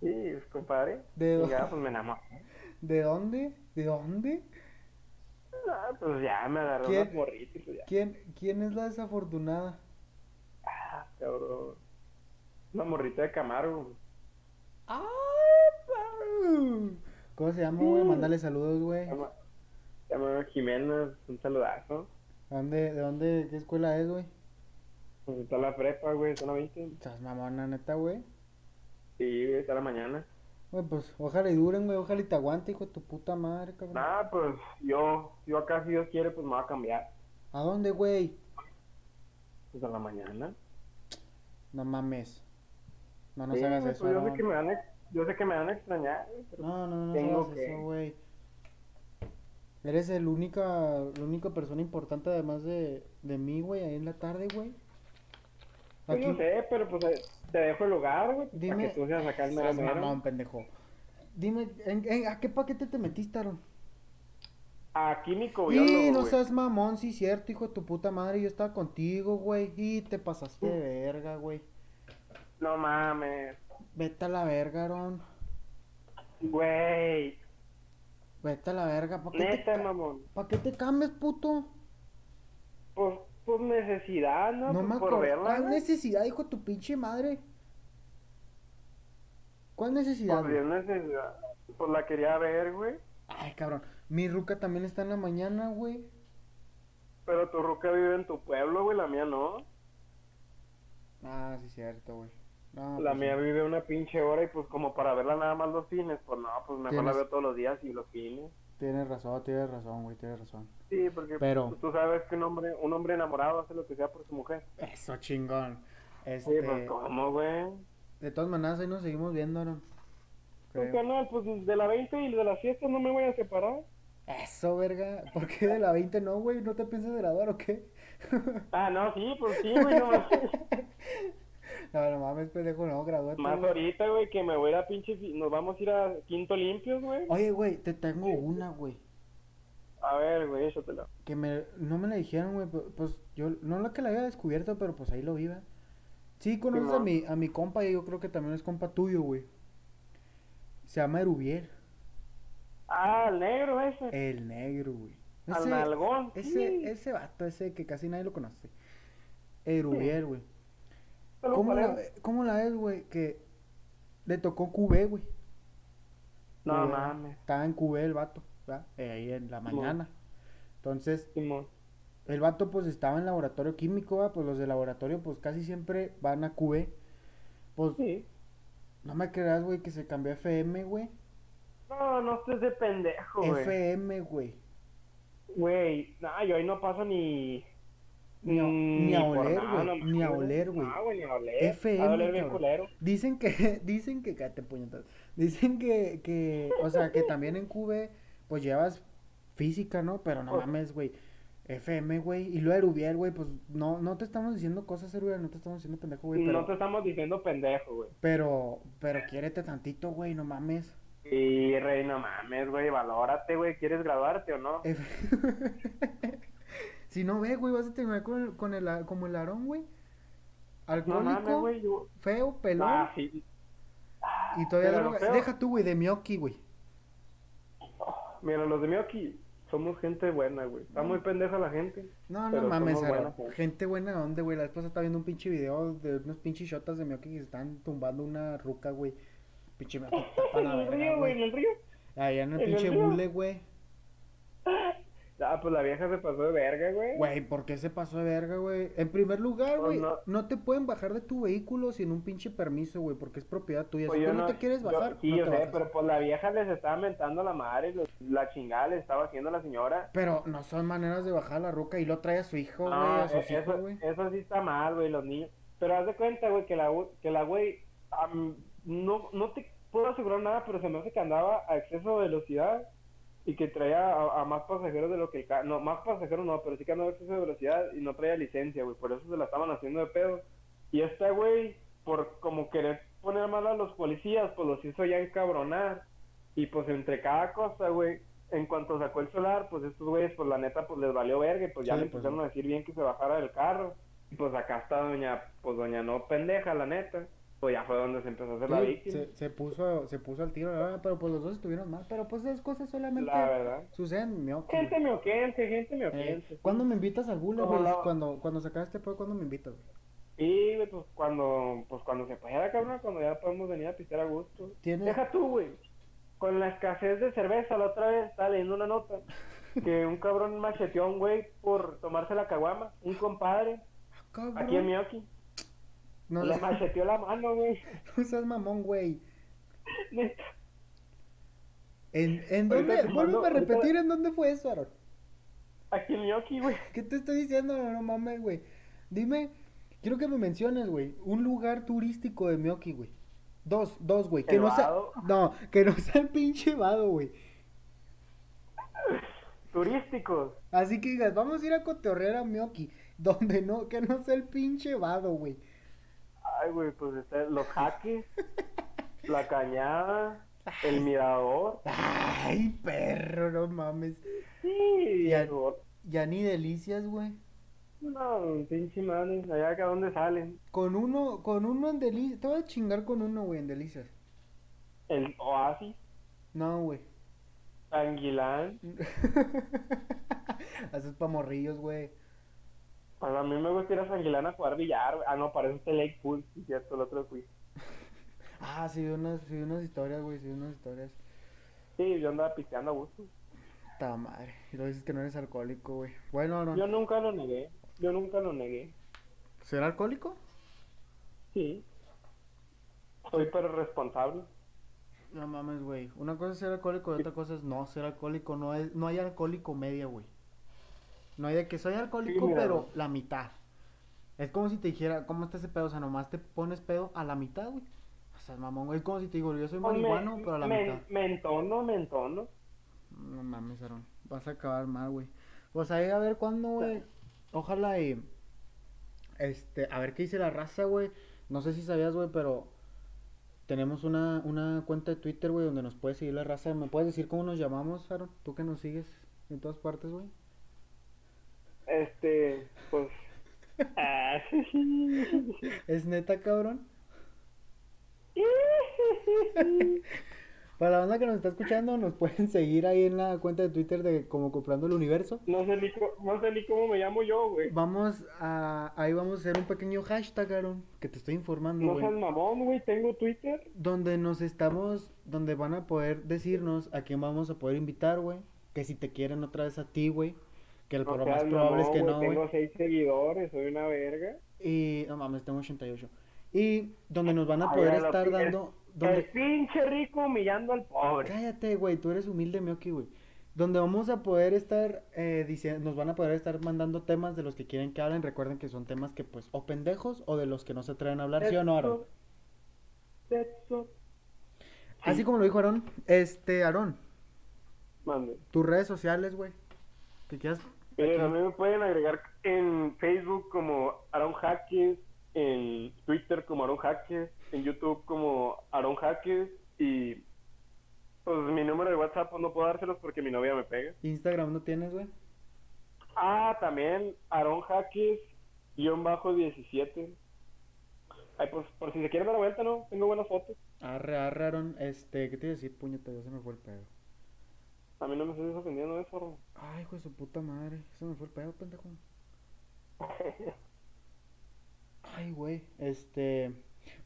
Speaker 1: Sí, pues, compadre.
Speaker 2: ¿De
Speaker 1: Y ya,
Speaker 2: dónde?
Speaker 1: pues me enamoré.
Speaker 2: ¿De dónde? ¿De dónde?
Speaker 1: Ah, pues ya me agarró
Speaker 2: ¿Quién?
Speaker 1: unas morritas y pues ya,
Speaker 2: ¿Quién, quién es la desafortunada?
Speaker 1: cabrón. Una morrita de Camargo.
Speaker 2: Ah, pa- ¿Cómo se llama, güey?
Speaker 1: Sí.
Speaker 2: Mándale saludos, güey.
Speaker 1: Se llama- se llama Jimena, un saludazo.
Speaker 2: ¿Dónde, ¿De dónde, qué escuela es, güey?
Speaker 1: Pues está la prepa, güey, está la 20.
Speaker 2: Estás mamona, neta, güey.
Speaker 1: Sí, güey, está la mañana.
Speaker 2: Güey, pues ojalá y duren, güey. Ojalá y te aguante, hijo de tu puta madre, cabrón.
Speaker 1: Nada, pues yo, yo acá si Dios quiere, pues me va a cambiar.
Speaker 2: ¿A dónde, güey?
Speaker 1: Pues a la mañana.
Speaker 2: No mames. No nos
Speaker 1: Sí,
Speaker 2: hagas
Speaker 1: güey,
Speaker 2: eso,
Speaker 1: pues, yo sé
Speaker 2: Aarón.
Speaker 1: que me van a, yo sé que me van a extrañar, güey, pero pues,
Speaker 2: No, no, no nos
Speaker 1: Tengo
Speaker 2: hagas
Speaker 1: que-
Speaker 2: eso, güey. Eres el única, la única persona importante además de, de mí, güey, ahí en la tarde, güey.
Speaker 1: Pues yo sé, pero pues eh, te dejo el hogar, güey, para
Speaker 2: Dime-
Speaker 1: que tú seas acá el mero
Speaker 2: Seas
Speaker 1: mero.
Speaker 2: mamón, pendejo. Dime, ¿en- en- ¿a qué paquete te metiste, Aaron?
Speaker 1: A químico biólogo,
Speaker 2: Y no
Speaker 1: güey.
Speaker 2: seas mamón, sí, cierto, hijo de tu puta madre. Yo estaba contigo, güey. Y te pasaste
Speaker 1: Mm.
Speaker 2: de verga, güey.
Speaker 1: No mames,
Speaker 2: Vete a la verga, Aaron.
Speaker 1: güey,
Speaker 2: Vete a la verga. ¿Para qué, te,
Speaker 1: neta,
Speaker 2: ca-
Speaker 1: mamón.
Speaker 2: pa' qué te cambias, puto?
Speaker 1: Pues, pues necesidad, ¿no?
Speaker 2: No
Speaker 1: Pues,
Speaker 2: me
Speaker 1: por
Speaker 2: acuerdo.
Speaker 1: verla,
Speaker 2: ¿Cuál
Speaker 1: güey.
Speaker 2: necesidad, hijo de tu pinche madre? ¿Cuál necesidad?
Speaker 1: Por
Speaker 2: güey?
Speaker 1: Pues bien necesidad. Pues la quería ver, güey.
Speaker 2: Ay, cabrón. Mi ruca también está en la mañana, güey.
Speaker 1: Pero tu ruca vive en tu pueblo, güey, la mía no.
Speaker 2: Ah, sí, cierto, güey. No,
Speaker 1: la
Speaker 2: pues,
Speaker 1: mía vive una pinche hora y pues como para verla nada más los fines, pues no, pues mejor la
Speaker 2: Tienes-
Speaker 1: veo todos los días y los fines.
Speaker 2: Tienes razón, tienes razón, güey, tienes razón.
Speaker 1: Sí, porque
Speaker 2: Pero-
Speaker 1: pues, tú sabes que un hombre, un hombre enamorado hace lo que sea por su mujer.
Speaker 2: Eso, chingón.
Speaker 1: Sí,
Speaker 2: Este,
Speaker 1: pues cómo, güey.
Speaker 2: de todas maneras, ahí nos seguimos viendo, ¿no?
Speaker 1: Pues,
Speaker 2: Creo.
Speaker 1: carnal, pues de la 20 y de las fiestas no me voy a separar.
Speaker 2: Eso, verga. ¿Por qué de la 20 no, güey? ¿No te piensas graduar o qué?
Speaker 1: Ah, no, sí, pues sí, güey, no más.
Speaker 2: No, no mames, pendejo, no, gradúate.
Speaker 1: Más
Speaker 2: güey.
Speaker 1: ahorita, güey, que me voy a ir a pinche, fi- nos vamos a ir a Quinto Limpios, güey.
Speaker 2: Oye, güey, te tengo una, güey.
Speaker 1: A ver, güey, échatela.
Speaker 2: Que me, no me la dijeron, güey. pu- Pues yo, no la que la había descubierto, pero pues ahí lo viva. Sí, conoces a
Speaker 1: Simón.
Speaker 2: mi, a mi compa, y yo creo que también es compa tuyo, güey. Se llama Erubier,
Speaker 1: Ah, el negro ese.
Speaker 2: el negro, güey.
Speaker 1: al nalgón. sí.
Speaker 2: ese, ese vato, ese que casi nadie lo conoce. Erubier, güey.
Speaker 1: Saludos
Speaker 2: ¿Cómo
Speaker 1: para
Speaker 2: la,
Speaker 1: él.
Speaker 2: ¿Cómo la ves, güey? Que le tocó QB, güey.
Speaker 1: No
Speaker 2: Güey,
Speaker 1: mames.
Speaker 2: Estaba en QB el vato, ¿verdad? Eh, ahí en la
Speaker 1: Simón.
Speaker 2: mañana. Entonces,
Speaker 1: Simón.
Speaker 2: el vato pues estaba en laboratorio químico, ¿verdad? pues los de laboratorio pues casi siempre van a QB. Pues
Speaker 1: Sí.
Speaker 2: no me creas, güey, que se cambió a FM, güey.
Speaker 1: No, no estés de pendejo, güey.
Speaker 2: FM, güey.
Speaker 1: Güey, no, yo ahí no paso ni...
Speaker 2: Ni a- ni a
Speaker 1: por
Speaker 2: oler,
Speaker 1: nada,
Speaker 2: güey,
Speaker 1: no
Speaker 2: ni a
Speaker 1: mames.
Speaker 2: oler, güey.
Speaker 1: No, güey, ni a oler.
Speaker 2: FM,
Speaker 1: A oler bien
Speaker 2: cabrón.
Speaker 1: culero.
Speaker 2: Dicen que, dicen que, cállate puñetas. Dicen que, que, o sea, que también en QB, pues llevas física, ¿no? Pero no
Speaker 1: Pues-
Speaker 2: mames, güey. FM, güey. Y lo de Erubiel, güey, pues no, no te estamos diciendo cosas, Erubiel, no te estamos diciendo pendejo, güey. Pero,
Speaker 1: No te estamos diciendo pendejo, güey.
Speaker 2: pero, pero quiérete tantito, güey, no mames.
Speaker 1: Y rey, no mames, güey, valórate, güey. ¿Quieres graduarte o no?
Speaker 2: F- si no ve, güey, vas a terminar con el, con el a- como el Aarón, güey.
Speaker 1: No
Speaker 2: Alcohólico,
Speaker 1: mames, güey. yo-
Speaker 2: feo, pelón.
Speaker 1: Ah, sí.
Speaker 2: y todavía
Speaker 1: pero
Speaker 2: droga-
Speaker 1: feo.
Speaker 2: Deja tú, güey, de Miyoki, güey.
Speaker 1: Mira, los de Miyoki somos gente buena, güey. Está muy pendeja la gente.
Speaker 2: No, no
Speaker 1: Pero
Speaker 2: mames,
Speaker 1: somos ¿eh?
Speaker 2: Aarón.
Speaker 1: buena gente.
Speaker 2: gente buena ¿dónde, güey. La esposa está viendo un pinche video de unos pinches shotas de Miyoki que se están tumbando una ruca, güey. Pinche Miyoki tapa
Speaker 1: En
Speaker 2: la
Speaker 1: el
Speaker 2: verga,
Speaker 1: río, güey, en
Speaker 2: güey.
Speaker 1: el río.
Speaker 2: Allá en
Speaker 1: en
Speaker 2: el
Speaker 1: el
Speaker 2: pinche
Speaker 1: río.
Speaker 2: bule, güey.
Speaker 1: Ah, pues la vieja se pasó de verga, güey.
Speaker 2: Güey, ¿por qué se pasó de verga, güey? En primer lugar,
Speaker 1: Pues
Speaker 2: güey,
Speaker 1: no.
Speaker 2: no. te pueden bajar de tu vehículo sin un pinche permiso, güey, porque es propiedad tuya.
Speaker 1: Pues
Speaker 2: si
Speaker 1: yo
Speaker 2: tú no, te quieres
Speaker 1: yo-
Speaker 2: bajar,
Speaker 1: sí,
Speaker 2: no
Speaker 1: yo
Speaker 2: te
Speaker 1: sé,
Speaker 2: bajas.
Speaker 1: pero pues la vieja les estaba mentando la madre, los- la chingada les estaba haciendo la señora.
Speaker 2: Pero no son maneras de bajar la ruca y lo trae a su hijo, güey,
Speaker 1: Ah,
Speaker 2: a sus
Speaker 1: eh,
Speaker 2: hijos,
Speaker 1: eso,
Speaker 2: güey.
Speaker 1: eso sí está mal, güey, los niños. Pero haz de cuenta, güey, que la, u- que la güey, am, no, no te puedo asegurar nada, pero se me hace que andaba a exceso de velocidad y que traía a, a más pasajeros de lo que el ca- No, más pasajeros no, pero sí que andaba a exceso de velocidad y no traía licencia, güey. Por eso se la estaban haciendo de pedo. Y esta, güey, por como querer poner mal a los policías, pues los hizo ya encabronar. Y pues entre cada cosa, güey, en cuanto sacó el solar, pues estos güeyes, pues la neta, pues les valió verga, y pues ya
Speaker 2: Sí,
Speaker 1: le
Speaker 2: pues,
Speaker 1: empezaron
Speaker 2: sí.
Speaker 1: a decir bien que se bajara del carro. Y pues acá está doña, pues doña no pendeja, la neta. Pues ya fue donde se empezó a hacer la
Speaker 2: Sí,
Speaker 1: víctima.
Speaker 2: se, se puso, se puso al tiro, la verdad, pero pues los dos estuvieron mal. Pero pues esas cosas solamente
Speaker 1: La verdad.
Speaker 2: suceden en Miyoki,
Speaker 1: Gente
Speaker 2: güey.
Speaker 1: mioquense, gente
Speaker 2: Eh,
Speaker 1: mioquense.
Speaker 2: ¿Cuándo me invitas al bule,
Speaker 1: Como
Speaker 2: güey?
Speaker 1: la-
Speaker 2: Cuando, cuando sacas este juego, ¿cuándo me invitas, güey?
Speaker 1: Y güey, pues cuando, pues cuando se pueda, cabrón, cuando ya podemos venir a pistear a gusto.
Speaker 2: ¿Tienes?
Speaker 1: Deja tú, güey. Con la escasez de cerveza, la otra vez estaba leyendo una nota que un cabrón macheteó a un güey por tomarse la caguama, un compadre,
Speaker 2: Ah, cabrón.
Speaker 1: aquí en Miyoki.
Speaker 2: No,
Speaker 1: Le
Speaker 2: no,
Speaker 1: macheteó la mano, güey.
Speaker 2: no seas mamón, güey.
Speaker 1: Neta.
Speaker 2: ¿En, en
Speaker 1: Ahorita
Speaker 2: dónde?
Speaker 1: te mando-
Speaker 2: Vuelve a
Speaker 1: ahorita-
Speaker 2: repetir en dónde fue eso, Aaron.
Speaker 1: Aquí en Miyoki, güey.
Speaker 2: ¿Qué te estoy diciendo? No mames, güey. Dime, quiero que me menciones, güey, un lugar turístico de Miyoki, güey. Dos, dos, güey. Que
Speaker 1: El
Speaker 2: no sea.
Speaker 1: vado.
Speaker 2: No, que no sea el pinche vado, güey.
Speaker 1: Turísticos.
Speaker 2: Así que digas, vamos a ir a cotorrear a Miyoki. Donde no, que no sea el pinche vado, güey.
Speaker 1: Ay, güey, pues está los jaques, la cañada, el mirador.
Speaker 2: Ay, perro, no mames.
Speaker 1: Sí,
Speaker 2: Ya-
Speaker 1: eso.
Speaker 2: Ya ni delicias, güey.
Speaker 1: No, pinche madre. Allá acá donde salen.
Speaker 2: Con uno, con uno en delicias. Te voy a chingar con uno, güey, en delicias.
Speaker 1: El oasis,
Speaker 2: No, güey.
Speaker 1: Anguilán.
Speaker 2: Haces pa' morrillos, güey.
Speaker 1: Pues a mí me gusta ir a Anguilán a jugar billar. güey. Ah, no, parece este Lake Pool. Sí, cierto, el otro fui.
Speaker 2: Ah, sí, vi unas, sí, vi unas historias, güey, sí, vi unas historias.
Speaker 1: Sí, yo andaba pisteando a gusto.
Speaker 2: Ta madre. Y lo dices que no eres alcohólico, güey. Bueno,
Speaker 1: Yo
Speaker 2: no.
Speaker 1: nunca lo negué. Yo nunca lo negué.
Speaker 2: ¿Ser alcohólico?
Speaker 1: Sí. soy, pero responsable.
Speaker 2: No mames, güey. Una cosa es ser alcohólico y otra cosa es no ser alcohólico. No, es, no hay alcohólico media, güey. No hay de que soy alcohólico,
Speaker 1: mira,
Speaker 2: pero
Speaker 1: güey.
Speaker 2: la mitad. Es como si te dijera, ¿cómo está ese pedo? O sea, nomás te pones pedo a la mitad, güey. O sea, mamón, güey. Es como si te digo, yo soy
Speaker 1: Pues me-
Speaker 2: marihuano, pero a la
Speaker 1: me-
Speaker 2: mitad.
Speaker 1: Me entono, me entono.
Speaker 2: No mames, Aaron. Vas a acabar mal, güey. Pues ahí a ver cuándo, güey. Ojalá y. Este, a ver qué dice la raza, güey. No sé si sabías, güey, pero. Tenemos una, una cuenta de Twitter, güey, donde nos puede seguir la raza. ¿Me puedes decir cómo nos llamamos, Aaron? Tú que nos sigues en todas partes, güey.
Speaker 1: Este, pues. ah,
Speaker 2: Es neta, cabrón. Para la banda que nos está escuchando, nos pueden seguir ahí en la cuenta de Twitter de como comprando el universo.
Speaker 1: no, sé ni, co- no sé ni cómo me llamo yo, güey.
Speaker 2: Vamos a. Ahí vamos a hacer un pequeño hashtag, Aaron, que te estoy informando,
Speaker 1: No
Speaker 2: güey.
Speaker 1: seas mamón, güey. Tengo Twitter.
Speaker 2: Donde nos estamos. Donde van a poder decirnos a quién vamos a poder invitar, güey. Que si te quieren otra vez a ti, güey. Que el
Speaker 1: No
Speaker 2: lo más
Speaker 1: seas
Speaker 2: probable es
Speaker 1: mamón,
Speaker 2: que
Speaker 1: güey,
Speaker 2: no, güey.
Speaker 1: Tengo seis seguidores, soy una verga.
Speaker 2: Y. No mames, tengo 88. Y donde nos van a
Speaker 1: Ay,
Speaker 2: poder
Speaker 1: a la
Speaker 2: estar
Speaker 1: pi-
Speaker 2: dando. Donde,
Speaker 1: El pinche rico humillando al pobre.
Speaker 2: Cállate, güey, tú eres humilde, Mioki, güey. Donde vamos a poder estar eh, diciendo, nos van a poder estar mandando temas de los que quieren que hablen. Recuerden que son temas que, pues, o pendejos o de los que no se atreven a hablar, ¿sí o no, Aaron?
Speaker 1: That's all.
Speaker 2: Así como lo dijo Aaron, este, Aaron,
Speaker 1: Mande.
Speaker 2: tus redes sociales, güey. Que quieras.
Speaker 1: Miren,
Speaker 2: aquí.
Speaker 1: Eh, a mí me pueden agregar en Facebook como Aaron Jaques, en Twitter como Aaron Jaques, en YouTube como Aaron Jaques y pues mi número de WhatsApp pues, no puedo dárselos porque mi novia me pega.
Speaker 2: Instagram no tienes, güey.
Speaker 1: Ah, también Aaron Jaques, guión bajo 17. Ay, pues por si se quieren dar la vuelta, ¿no? Tengo buenas fotos.
Speaker 2: Arre, arre, Aaron. Este, ¿qué te iba a decir, puñeta? Ya se me fue el pedo.
Speaker 1: A mí no me estoy ofendiendo de eso, Aaron.
Speaker 2: Ay, hijo de su puta madre. Se me fue el pedo, pendejo. Ay, güey. Este.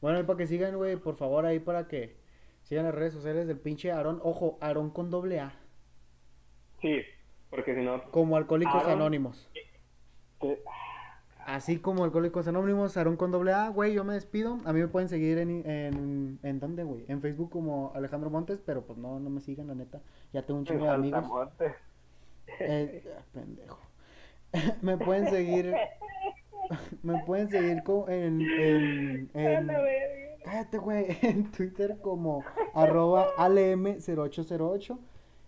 Speaker 2: Bueno, y para que sigan, güey, por favor, ahí para que sigan las redes sociales del pinche Aarón. Ojo, Aarón con doble A.
Speaker 1: Sí, porque si no...
Speaker 2: Como Alcohólicos
Speaker 1: Aarón.
Speaker 2: Anónimos.
Speaker 1: te-
Speaker 2: Así como Alcohólicos Anónimos, Aarón con doble A. Güey, yo me despido. A mí me pueden seguir en. ¿En, en dónde, güey? En Facebook como Alejandro Montes, pero pues no, no me sigan, la neta. Ya tengo un
Speaker 1: pues,
Speaker 2: chingo de amigos.
Speaker 1: Saltamontes.
Speaker 2: Eh, ah, pendejo. me pueden seguir. me pueden seguir co- en. en, en- cállate, güey. En Twitter como arroba alm0808.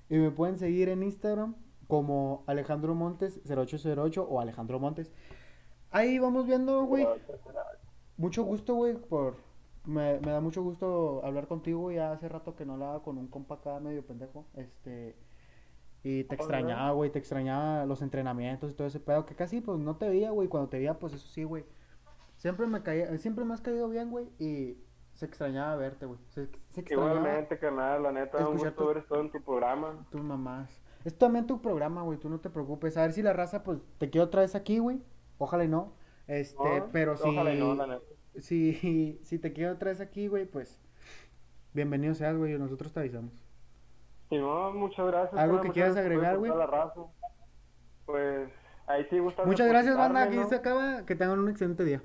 Speaker 2: Y me pueden seguir en Instagram como Alejandro Montes 0808 o Alejandro Montes. Ahí vamos viendo, güey. Mucho gusto, güey, por... Me, me da mucho gusto hablar contigo, güey. Ya hace rato que no hablaba con un compa acá medio pendejo. Este... Y te extrañaba, güey. Te extrañaba los entrenamientos y todo ese pedo. Que casi, pues, no te veía, güey. Cuando te veía, pues, eso sí, güey. Siempre me caía... Siempre me has caído bien, güey. Y se extrañaba verte, güey. Se, se extrañaba
Speaker 1: Igualmente, canal, la neta, un
Speaker 2: Escuchar
Speaker 1: gusto
Speaker 2: tu-
Speaker 1: ver todo en tu programa.
Speaker 2: tus mamás. Es también tu programa, güey. Tú no te preocupes. A ver si la raza, pues, te quiero otra vez aquí, güey. Ojalá y no. Este,
Speaker 1: No,
Speaker 2: pero sí...
Speaker 1: Ojalá y no, la neta.
Speaker 2: si, si te quiero otra vez aquí, güey, pues bienvenido seas, güey. Nosotros te avisamos.
Speaker 1: Simón, muchas gracias.
Speaker 2: ¿Algo
Speaker 1: Ana,
Speaker 2: que
Speaker 1: muchas
Speaker 2: quieras
Speaker 1: gracias por
Speaker 2: agregar, güey?
Speaker 1: toda la raza. Pues ahí sí, gusta.
Speaker 2: Muchas gracias, banda. Aquí se acaba. Que tengan un excelente día.